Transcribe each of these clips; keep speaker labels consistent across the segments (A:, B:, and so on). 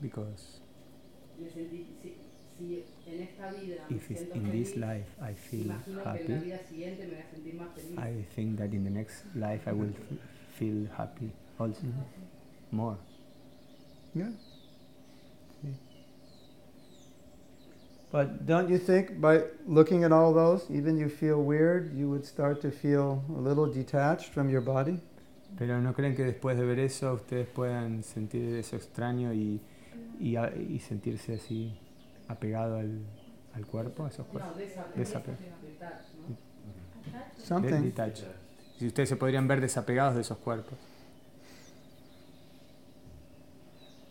A: because
B: Yo sentí, si, si en esta vida me
A: if it's
B: siento
A: in this
B: feliz,
A: life I feel
B: imagino que en la
A: happy,
B: vida siguiente me voy a sentir más feliz.
A: I think that in the next life I will f- feel happy also more.
C: Yeah. See. But don't you think by looking at all those, even you feel weird, you would start to feel a little detached from your body?
A: Pero no creen que después de ver eso ustedes puedan sentir eso extraño y, y, a- y sentirse así apegado al, al cuerpo, a esos cuerpos. Mm.
B: no, desapegar.
A: Desape-
B: desapegar, ¿no?
A: De-
C: Something.
A: detached. Si ustedes se podrían ver desapegados de esos cuerpos.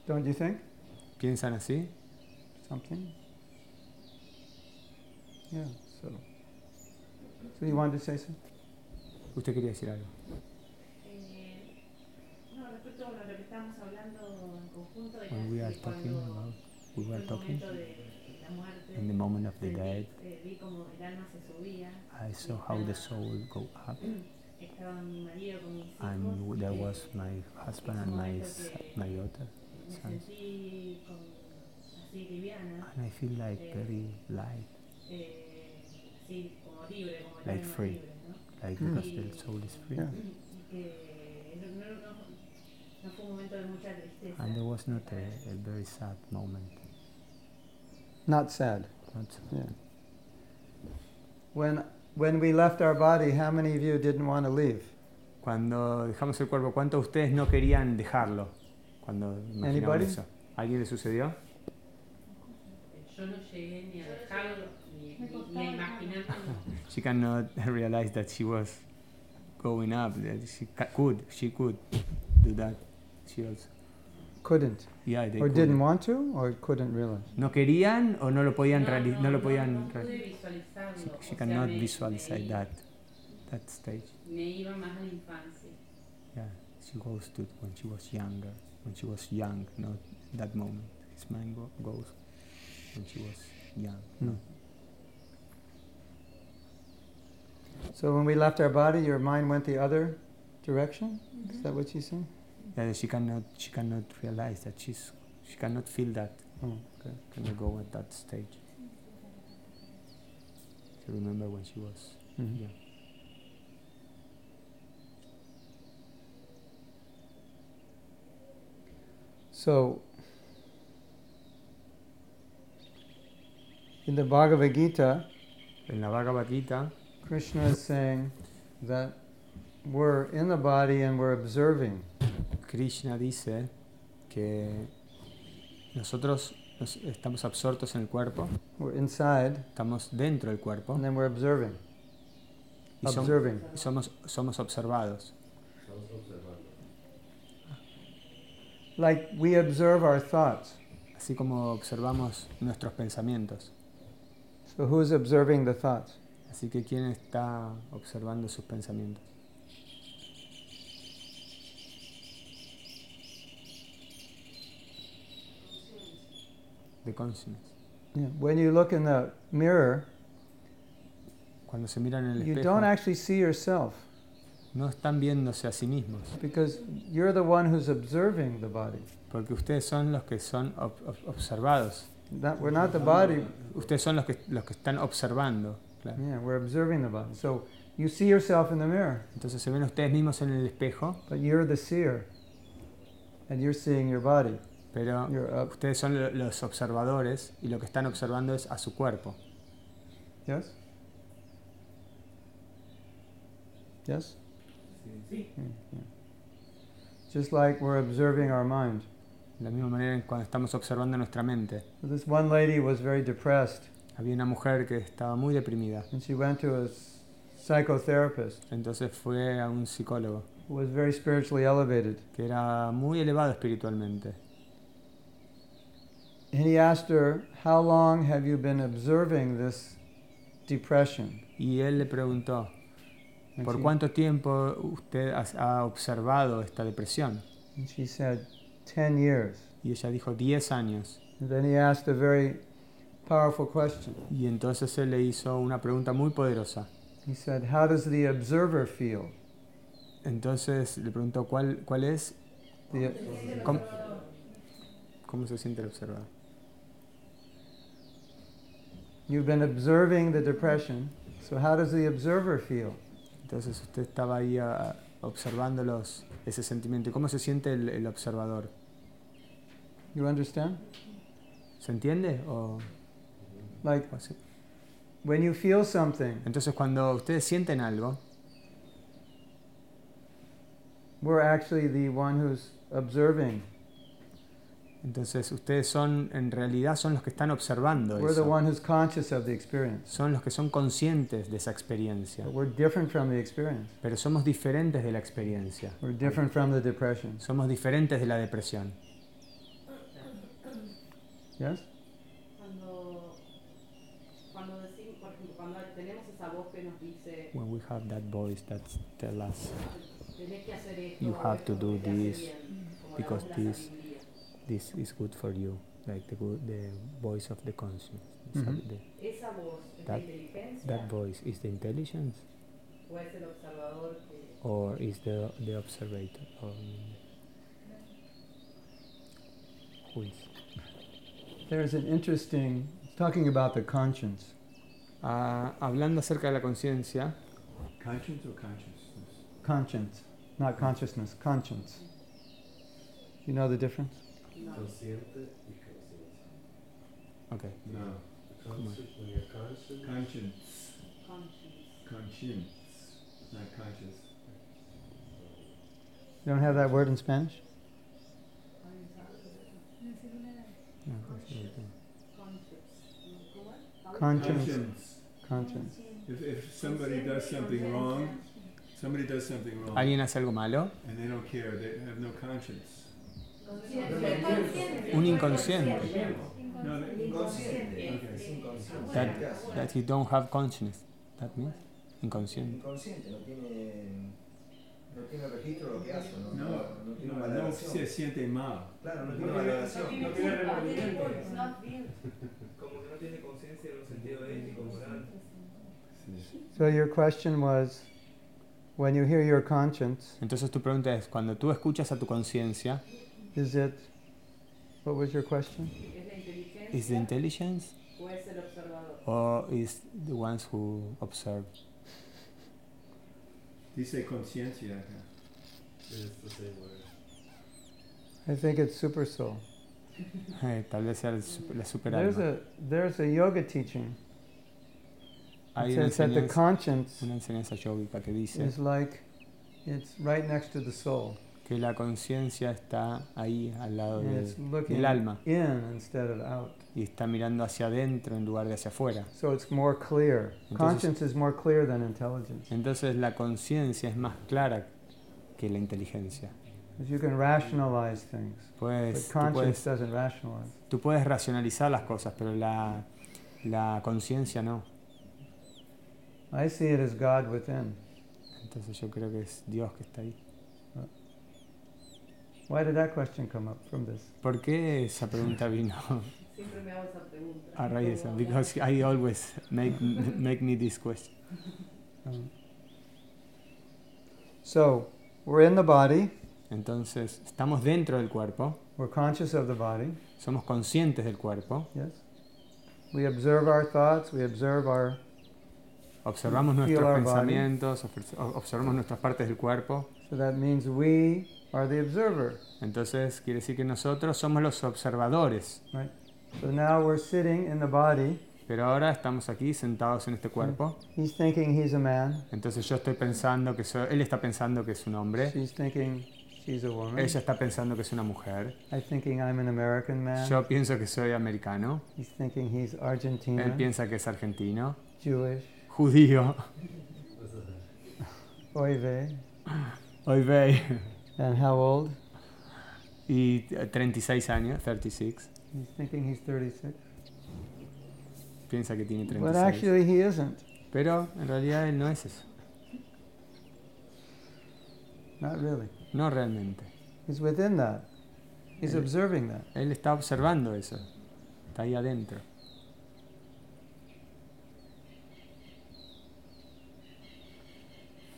C: Don't you think?
A: ¿Piensan así?
C: Something. Yeah. So. So you wanted to say something?
A: Usted quería decir algo.
D: Eh, no, respecto a lo que estábamos hablando en conjunto, de
A: When we are
D: que
A: talking about,
D: cuando
A: we
D: fue
A: were
D: el
A: talking,
D: momento de la muerte,
A: in the moment of the
D: sentí-
A: dead,
D: eh, vi como el alma se subía,
A: I saw how the soul go up,
D: estaba mi marido con mis hijos,
A: and w- there
D: eh,
A: was my husband and my s- my daughter,
D: me
A: sons.
D: sentí con- así liviana,
A: and I feel like very light,
D: eh, así como libre, como el
A: Like
D: alma
A: free.
D: libre, ¿no?
A: like
C: Mm.
A: because the soul is free.
C: Yeah.
D: Y que no, no- no- no fue un momento de mucha tristeza.
A: And there was not a, a very sad moment.
C: Not sad.
A: Not s-
C: Yeah. When when we left our body, how many of you didn't want to leave?
A: Cuando dejamos el cuerpo, ¿cuántos de ustedes no querían dejarlo? Cuando imaginaban
C: Anybody?
A: eso. ¿Alguien le sucedió?
B: Yo no llegué ni a dejarlo, ni, ni, ni a imaginarlo.
A: She cannot realize that she was going up. That she ca- could, she could do that. She also.
C: Couldn't.
A: Yeah, they
C: Or
A: could.
C: didn't want to, or couldn't realize.
A: No querían o no lo podían
B: no,
A: reali-
B: no,
A: no lo
B: no,
A: podían.
B: no
A: reali-
B: pude visualizarlo.
A: She,
B: o
A: she
B: sea,
A: cannot
B: me-
A: visualize
B: me iba-
A: that that stage.
B: Me iba más a la infancia.
A: Yeah, she goes to when she was younger. When she was young, not that moment. His mind go- goes when she was young. No.
C: So when we left our body, your mind went the other direction? Is that what you saying?
A: Yeah, she cannot. She cannot realize that she's. She cannot feel that.
C: Oh, okay.
A: Cannot go at that stage. She remember when she was.
C: Mhm.
A: Yeah.
C: So, in the Bhagavad Gita,
A: En la Bhagavad Gita,
C: Krishna is saying that we're in the body and we're observing.
A: Krishna dice que nosotros nos- estamos absortos en el cuerpo,
C: We're inside
A: estamos dentro del cuerpo
C: and then we're observing.
A: y, som-
C: Observing.
A: y somos, somos observados.
C: Like we observe our thoughts.
A: Así como observamos nuestros pensamientos.
C: So, who's observing the thoughts?
A: Así que ¿quién está observando sus pensamientos? De consciousness.
C: Yeah. When you look in the mirror,
A: Cuando se miran en el
C: you
A: espejo,
C: don't actually see yourself
A: no están viéndose a sí mismos,
C: because you're the one who's observing the body.
A: porque ustedes son los que son ob- ob- observados.
C: That we're not the body,
A: Ustedes son los que, los que están observando. claro.
C: yeah, we're observing the body. So you see yourself in the mirror,
A: Entonces se ven ustedes mismos en el espejo,
C: but you're the seer and you're seeing your body.
A: pero
C: You're up.
A: ustedes son lo- los observadores y lo que están observando es a su cuerpo.
C: Yes? Yes?
B: Sí.
C: Mm, yeah. Just like we're observing our mind.
A: De la misma manera en cuando estamos observando nuestra mente.
C: This one lady was very depressed
A: Había una mujer que estaba muy deprimida,
C: and she went to a s- psychotherapist
A: entonces fue a un psicólogo
C: who was very spiritually elevated.
A: que era muy elevado espiritualmente.
C: And he asked her, How long have you been observing this depression?
A: Y él le preguntó,
C: And
A: ¿por
C: she-
A: cuánto tiempo usted ha ha observado esta depresión?
C: And she said, 10 years.
A: Y ella dijo 10 años.
C: And then he asked a very powerful question.
A: Y entonces él le hizo una pregunta muy poderosa.
C: He said, How does the observer feel?
A: Entonces le preguntó cuál, cuál es,
C: The,
A: cómo, ¿Cómo se siente el observador?
C: You've been observing the depression. So, how does the observer feel?
A: Entonces usted estaba ahí ah, observando los, ese sentimiento. ¿Y cómo se siente el, el observador?
C: You understand?
A: ¿Se entiende? O,
C: Like
A: o sí.
C: when you feel something,
A: Entonces cuando ustedes sienten algo,
C: we're actually the one who's observing.
A: entonces ustedes son, en realidad son los que están observando
C: We're the
A: eso.
C: one who's conscious of the experience.
A: Son los que son conscientes de esa experiencia.
C: But we're different from the experience.
A: Pero somos diferentes de la experiencia.
C: We're different from the depression.
A: Somos diferentes de la depresión.
C: Yes?
E: Cuando, cuando decimos, por ejemplo, cuando tenemos esa voz que nos dice,
A: When we have that voice that tells us
E: tenés que hacer esto,
A: You
E: o
A: have
E: esto
A: to do
E: te hace
A: this,
E: bien", como la
A: because
E: voz de la
A: this-
E: sabiduría.
A: this is good for you, like the, good, the voice of the conscience.
F: Mm-hmm.
C: Mhm.
A: The-
E: Esa voz es la
A: That-
E: inteligencia
A: that voice is the intelligence
E: o es el observador que
A: or is the, the observator? Or who is?
C: There's an interesting, talking about the conscience.
A: Ah, hablando acerca de la conciencia,
F: Conscience or consciousness?
C: Conscience, not consciousness, conscience. You know the difference?
E: no.
G: Consciente y consciente. e?
A: ok,
F: No.
G: Conscious when you're conscious.
F: Conscience.
E: conscious.
F: Conscience. Not conscious.
C: You don't have that word in Spanish?
A: no, consciente.
E: Conscious. ¿Cómo es?
C: Conscience, conscience.
F: If, if somebody does something wrong, somebody does something wrong,
A: ¿Alguien hace algo malo?
F: and they don't care, they have no conscience.
A: Un inconsciente.
F: No, they,
G: Inconsciente.
F: Okay.
G: Es inconsciente.
A: That-
G: ¿Qué hace?
A: That he don't have consciousness. That means inconsciente.
G: Inconsciente, no tiene, no tiene registro de lo que hace, no,
F: No,
G: no tiene
F: no, no
G: valoración.
F: se siente mal.
G: Claro, no
F: no
G: tiene
F: tiene-
G: valoración.
D: tiene
G: No
D: culpa,
G: tiene
D: tiene
G: remordimiento.
D: culpa, it's not guilt.
G: Como que no tiene conciencia en un sentido ético, moral.
F: Sí.
C: So your question was, when you hear your conscience,
A: Entonces tu pregunta es, cuando tú escuchas a tu conciencia,
C: is it, what was your question?
E: ¿Es la inteligencia
A: is the intelligence
E: o es el observador?
A: or is the ones who observe?
F: Dice conciencia. acá.
G: It's the same word.
C: I think it's super soul.
A: Eh, Tal vez sea el sup- la
C: There's
A: superalma.
C: a, there's a yoga teaching. It
A: Hay una
C: says that the
A: enseñanza,
C: conscience
A: una enseñanza yogica que dice
C: is like, it's right next to the soul.
A: que la conciencia está ahí al lado
C: And
A: de,
C: it's looking
A: del alma
C: in instead of out.
A: y está mirando hacia adentro en lugar de hacia afuera.
C: So it's more clear.
A: Entonces-
C: Conscience is more clear than intelligence.
A: Entonces la conciencia es más clara que la inteligencia.
C: Because you can rationalize things. But
A: Puedes, tú,
C: conscience
A: puedes,
C: doesn't rationalize.
A: tú puedes racionalizar las cosas, pero la, la conciencia no.
C: I see it as God within.
A: Entonces yo creo que es Dios que está ahí.
C: Why did that question come up from this?
A: ¿Por qué esa pregunta vino
E: Siempre me hago esa pregunta.
A: a raíz de esa? Because I always make, make me this question.
C: Um, so we're in the body.
A: Entonces, estamos dentro del cuerpo,
C: We're conscious of the body.
A: somos conscientes del cuerpo,
C: Yes. We observe our thoughts. We observe our.
A: observamos
C: Feel
A: nuestros
C: our body.
A: pensamientos, obs- observamos nuestras partes del cuerpo.
C: So that means we are the observer.
A: Entonces, quiere decir que nosotros somos los observadores.
C: So now we're sitting in the body.
A: Pero ahora estamos aquí sentados en este cuerpo.
C: He's thinking he's a man.
A: Entonces yo estoy pensando que soy, él está pensando que es un hombre,
C: She's thinking she's a woman.
A: ella está pensando que es una mujer,
C: I'm thinking I'm an American man.
A: yo pienso que soy americano,
C: He's thinking he's
A: él
C: Argentinian,
A: piensa que es argentino,
C: Jewish,
A: judío,
C: oy vey,
A: hoy ve,
C: and how old?
A: y t- 36 años, 36,
C: He's thinking he's 36.
A: piensa que tiene
C: But
A: 36.
C: actually, he isn't.
A: Pero en realidad él no es eso,
C: Not really.
A: no realmente.
C: He's within that. He's
A: Yeah.
C: observing that.
A: Él está observando eso, está ahí adentro.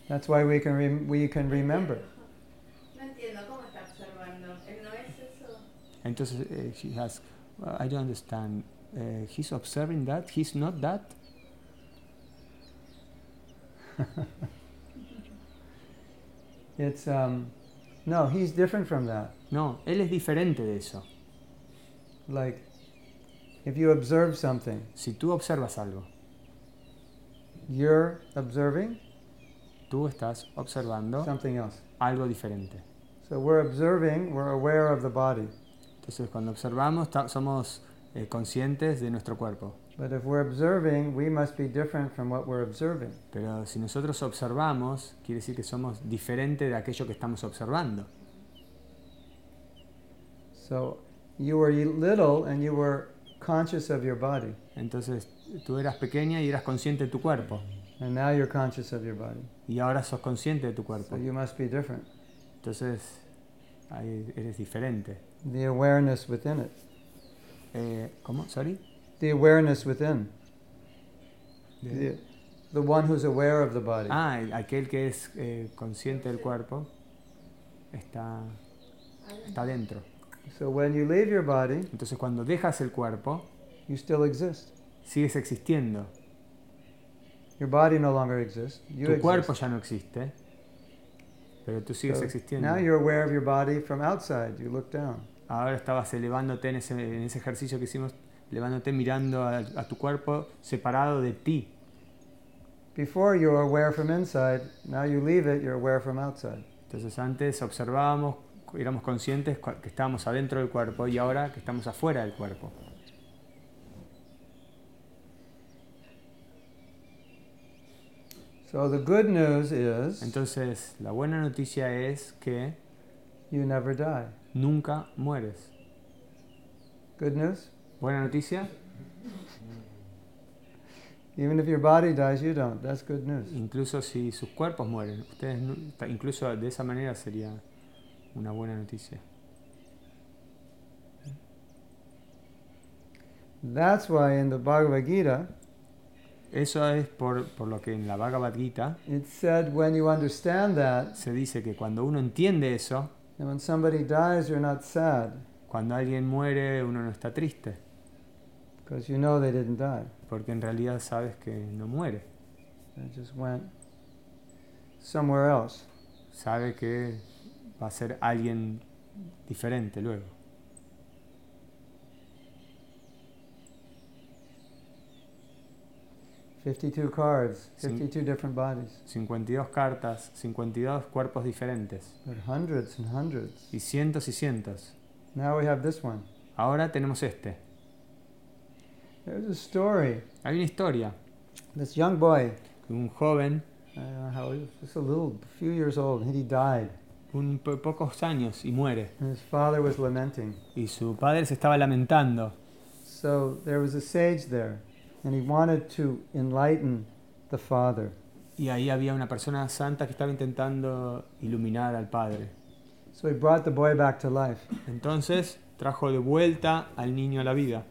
C: That's why we can rem- we can remember.
D: No entiendo, ¿cómo está observando? ¿Él no Eh, es eso?
A: Entonces eh, she asks, "Well, I don't understand. Eh, he's observing that, he's not that.
C: It's um, no, he's different from that.
A: No, él es diferente de eso.
C: Like, if you observe something,
A: Si tú observas algo,
C: you're observing
A: tú estás observando
C: something else.
A: algo diferente.
C: So we're observing, we're aware of the body.
A: Entonces cuando observamos ta- somos eh, conscientes de nuestro cuerpo.
C: But if we're observing, we must be different from what we're observing.
A: Pero si nosotros observamos, quiere decir que somos diferentes de aquello que estamos observando.
C: So you were little and you were conscious of your body,
A: Entonces tú eras pequeña y eras consciente de tu cuerpo.
C: and now you're conscious of your body.
A: Y ahora sos consciente de tu cuerpo.
C: So you must be different.
A: Entonces ahí eres diferente.
C: The awareness within it.
A: Eh, ¿Cómo? ¿Sorry?
C: The awareness within.
A: De-
C: The, the one who's aware of the body.
A: Ah, el- aquel que es eh, consciente del cuerpo está, está dentro.
C: So when you leave your body,
A: Entonces cuando dejas el cuerpo,
C: you still exist.
A: sigues existiendo.
C: Your body no longer exists. You
A: Tu cuerpo
C: exist.
A: ya no existe, pero tú sigues
C: So
A: existiendo.
C: now you're aware of your body from outside. You look down.
A: Ahora estabas elevándote en ese, en ese ejercicio que hicimos, elevándote mirando a, a tu cuerpo separado de ti.
C: Before you were aware from inside. Now you leave it. You're aware from outside.
A: Entonces antes observábamos, éramos conscientes cua- que estábamos adentro del cuerpo y ahora que estamos afuera del cuerpo.
C: So the good news is
A: Entonces la buena noticia es que
C: you never die.
A: nunca mueres.
C: Good news.
A: Buena noticia,
C: Even if your body dies, you don't. That's good news.
A: incluso si sus cuerpos mueren, ustedes nu- ta- incluso de esa manera sería una buena noticia.
C: That's why in the Bhagavad Gita
A: Eso es por, por lo que en la Bhagavad Gita
C: it said when you understand that,
A: se dice que cuando uno entiende eso,
C: and when somebody dies, you're not sad
A: cuando alguien muere uno no está triste,
C: because you know they didn't die.
A: porque en realidad sabes que no muere,
C: They just went somewhere else.
A: sabe que va a ser alguien diferente luego.
C: Fifty-two cards,
A: Sí.
C: fifty-two different bodies,
A: 52 cartas, 52 cuerpos diferentes,
C: but hundreds and hundreds.
A: y cientos y cientos.
C: Now we have this one.
A: Ahora tenemos este.
C: There's a story.
A: Hay una historia
C: This young boy,
A: que un joven
C: I don't know how he was, just a little, few years old, and he died.
A: un po- pocos años y muere.
C: And his father was lamenting.
A: Y su padre se estaba lamentando.
C: So there was a sage there, and he wanted to enlighten the father.
A: Y ahí había una persona santa que estaba intentando iluminar al padre.
C: So he brought the boy back to life.
A: Entonces trajo de vuelta al niño a la vida.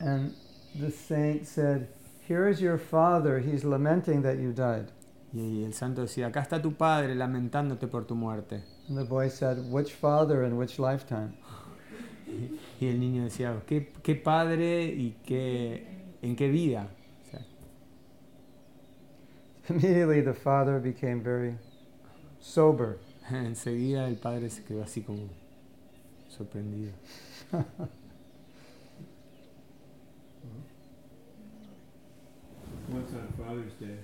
C: And the saint said, Here is your father. He's lamenting that you died.
A: Y el santo decía, acá está tu padre lamentándote por tu muerte.
C: And the boy said, Which father and which lifetime?
A: Y el niño decía, ¿qué, qué padre y qué, en qué vida? O sea,
C: Immediately the father became very sober.
A: enseguida el padre se quedó así como sorprendido.
F: Once on Father's Day,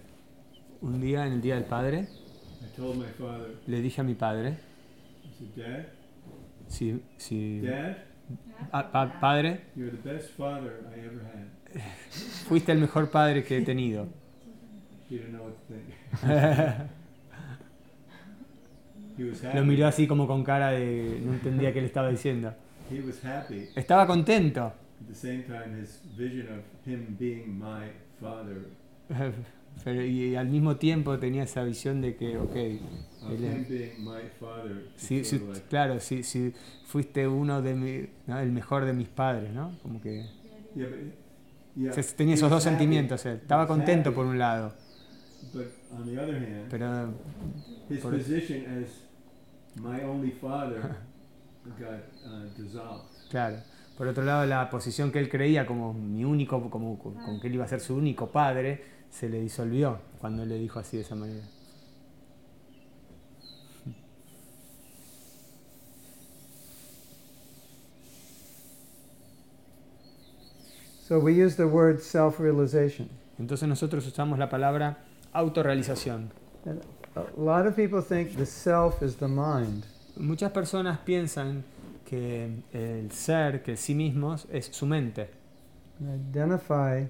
A: Un día, en el Día del Padre,
F: I told my father,
A: le dije a mi padre,
F: I said, Dad,
A: si, si,
F: Dad,
A: Ah, pa- padre,
F: you're the best father I ever had.
A: fuiste el mejor padre que he tenido.
F: He didn't know what to think. He was happy.
A: Lo miró así como con cara de no entendía qué le estaba diciendo.
F: He was happy.
A: Estaba contento,
F: At the same time, his vision of him being my father,
A: pero y, al mismo tiempo tenía esa visión de que, ok,
F: of
A: Él es-
F: him being my father, is
A: sí, sí,
F: sort of like,
A: claro, si sí, fuiste uno de mi- ¿no? el mejor de mis padres, ¿no? Como que
F: yeah, but, yeah,
A: se- tenía esos dos sentimientos. él. Estaba contento por un lado,
F: but on the other hand,
A: pero
F: his
A: Por-
F: position as my only father got uh, dissolved.
A: Claro. Por otro lado, la posición que él creía como mi único, como con, con que él iba a ser su único padre, se le disolvió cuando él le dijo así de esa manera.
C: So we use the word self realization.
A: Entonces nosotros usamos la palabra autorrealización.
C: A lot of people think the self is the mind.
A: Muchas personas piensan que el ser, que sí mismos, es su mente.
C: And identify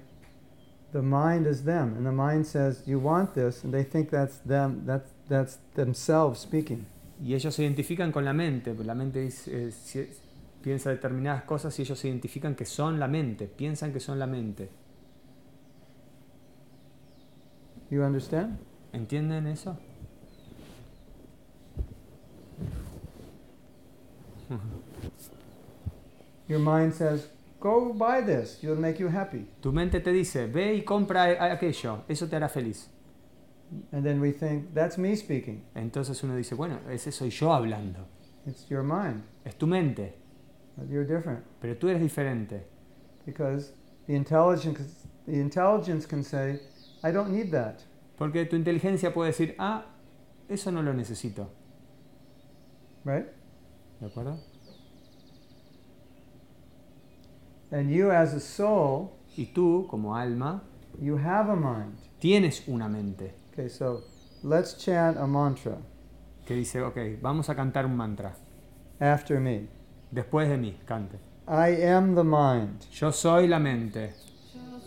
C: the mind as them, and the mind says, You want this, and they think that's them, that's, that's themselves speaking.
A: Y ellos se identifican con la mente. La mente dice, eh, si- piensa determinadas cosas y ellos se identifican que son la mente. Piensan que son la mente.
C: You understand?
A: ¿Entienden eso?
C: Your mind says, Go buy this, it'll make you happy.
A: Tu mente te dice, ve y compra eh, aquello, eso te hará feliz.
C: And then we think, That's me speaking.
A: Entonces uno dice, bueno, ese soy yo hablando.
C: It's your mind,
A: Es tu mente,
C: but you're different.
A: pero tú eres diferente.
C: Because the intelligence, the intelligence can say, I don't need that.
A: Porque tu inteligencia puede decir, ah, eso no lo necesito.
C: Right?
A: ¿De acuerdo?
C: And you, as a soul,
A: Y tú, como alma,
C: you have a mind.
A: tienes una mente
C: Okay, so let's chant a mantra
A: que dice, ok, vamos a cantar un mantra.
C: after me.
A: Después de mí, cante.
C: I am the mind.
A: Yo soy la mente.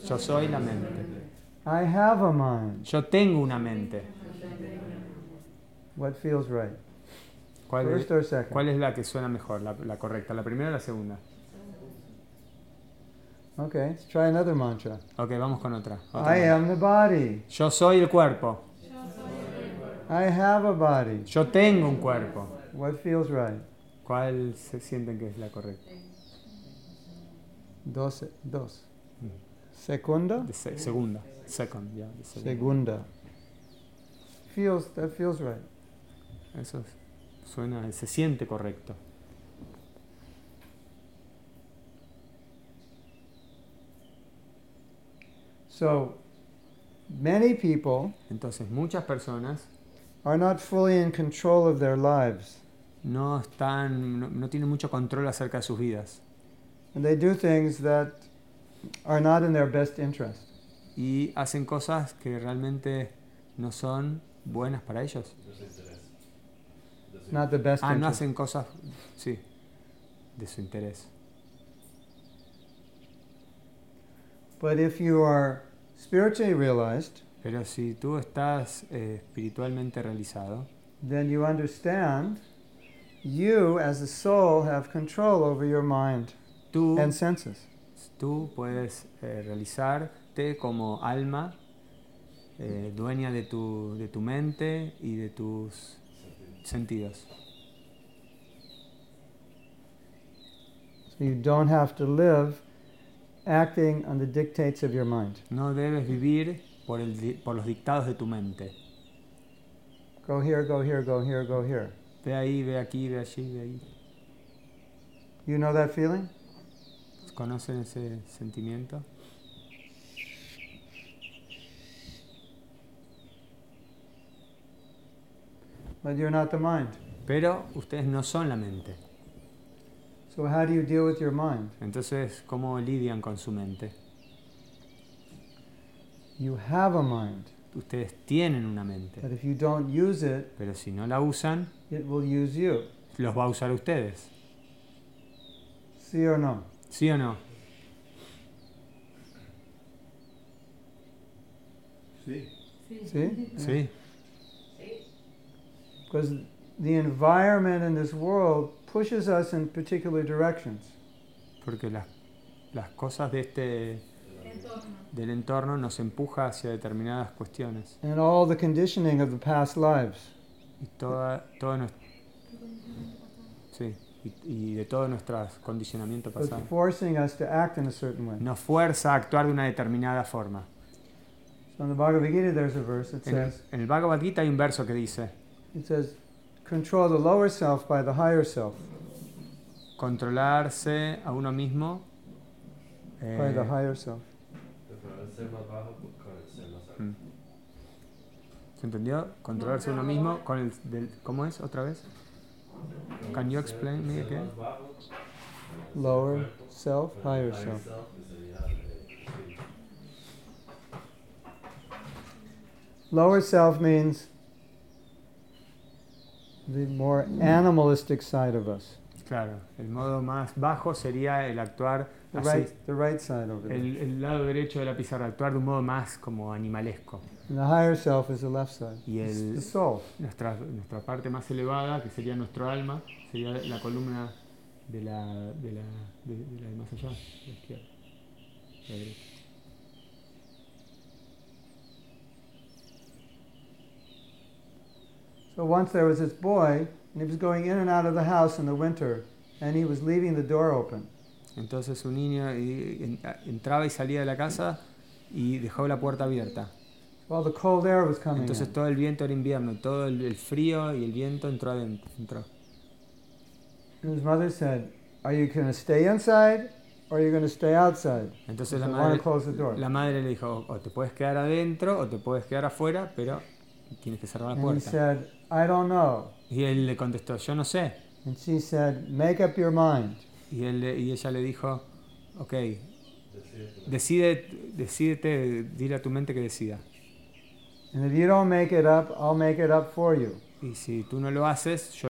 A: Yo soy la mente.
C: I have a mind.
A: Yo tengo una mente.
C: What feels right?
A: ¿Cuál es,
C: First or second?
A: cuál es la que suena mejor? La, la correcta, la primera o la segunda.
C: Okay, let's try another mantra.
A: Ok, vamos con otra. otra
C: I
A: más.
C: am the body.
A: Yo soy el cuerpo.
C: I have a body.
A: Yo tengo un cuerpo.
C: What feels right?
A: ¿Cuál se sienten que es la correcta?
C: Doce, dos.
A: Mm.
C: Secunda?
A: The se- segunda. Second, ya. the second.
C: Segunda. Feels, that feels right.
A: Eso es- suena, se siente correcto.
C: So, many people
A: Entonces, muchas personas
C: are not fully in control of their lives.
A: no están, no, no tienen mucho control acerca de sus vidas
C: And they do things that are not in their best interest.
A: y hacen cosas que realmente no son buenas para ellos.
C: Not the best
A: Ah, no
C: interest.
A: hacen cosas, sí, de su interés.
C: But if you are spiritually realized,
A: Pero si tú estás eh, espiritualmente realizado,
C: then you understand you as a soul have control over your mind
A: tú
C: and senses.
A: Tú puedes eh, realizarte como alma, eh, dueña de tu, de tu mente y de tus sentidos.
C: So you don't have to live acting on the dictates of your mind.
A: No debes vivir por, el di- por los dictados de tu mente.
C: Go here, go here, go here, go here.
A: Ve ahí, ve aquí, ve allí, ve ahí.
C: You know that feeling?
A: ¿Conocen ese sentimiento?
C: But you're not the mind.
A: Pero ustedes no son la mente.
C: So how do you deal with your mind?
A: Entonces, ¿cómo lidian con su mente?
C: You have a mind,
A: Ustedes tienen una mente,
C: but if you don't use it,
A: pero si no la usan,
C: it will use you.
A: los va a usar a ustedes.
C: See or no?
A: ¿Sí o no?
F: See?
C: See?
A: Sí.
C: Because the environment in this world pushes us in particular directions.
A: porque las, las cosas de este del entorno nos empuja hacia determinadas cuestiones
C: and all the conditioning of the past lives.
A: y toda todo nues- sí, y, y de todo nuestro condicionamiento
C: But
A: pasado
C: forcing us to act in a certain way.
A: nos fuerza a actuar de una determinada forma
C: So in the Bhagavad Gita, there's a verse that
A: en el,
C: says,
A: en el Bhagavad Gita hay un verso que dice
C: it says, control the lower self by the higher self.
A: controlarse a uno mismo. eh,
C: by the higher self.
H: ser más bajo con el ser más alto.
A: mm. ¿Se entendió? Controlarse uno mismo con el... del- ¿Cómo es? ¿Otra vez? Hmm. Can you explain me again?
C: Lower self, higher self. Lower self means the more animalistic side of us,
A: Claro, el modo más bajo sería el actuar
C: the
A: así,
C: right, the right side of it.
A: el, el lado derecho de la pizarra, actuar de un modo más como animalesco.
C: And the higher self is the left side,
A: Y
C: It's
A: el-
C: the soul.
A: Nuestra, nuestra parte más elevada, que sería nuestro alma, sería la columna de la de, la, de, de la de más allá, de la izquierda, la derecha.
C: So once there was this boy, and he was going in and out of the house in the winter, and he was leaving the door open.
A: Entonces un niño y- en- entraba y salía de la casa y dejaba la puerta abierta.
C: Well, the cold air was coming
A: Entonces
C: in.
A: todo el viento era invierno, todo el, el frío y el viento entró adentro. entró.
C: And his mother said, Are you going to stay inside or are you going to stay outside?
A: Entonces
C: Because
A: la
C: I want
A: madre,
C: to close the door.
A: La madre le dijo, o te puedes quedar adentro o te puedes quedar afuera, pero tienes que cerrar la
C: And he
A: puerta.
C: said, I don't know.
A: Y él le contestó, yo no sé.
C: And she said, Make up your mind.
A: Y, él, le- y ella le dijo, ok, decide, decídete, dile a tu mente que decida.
C: And if you don't make it up, I'll make it up for you.
A: Y si tú no lo haces, yo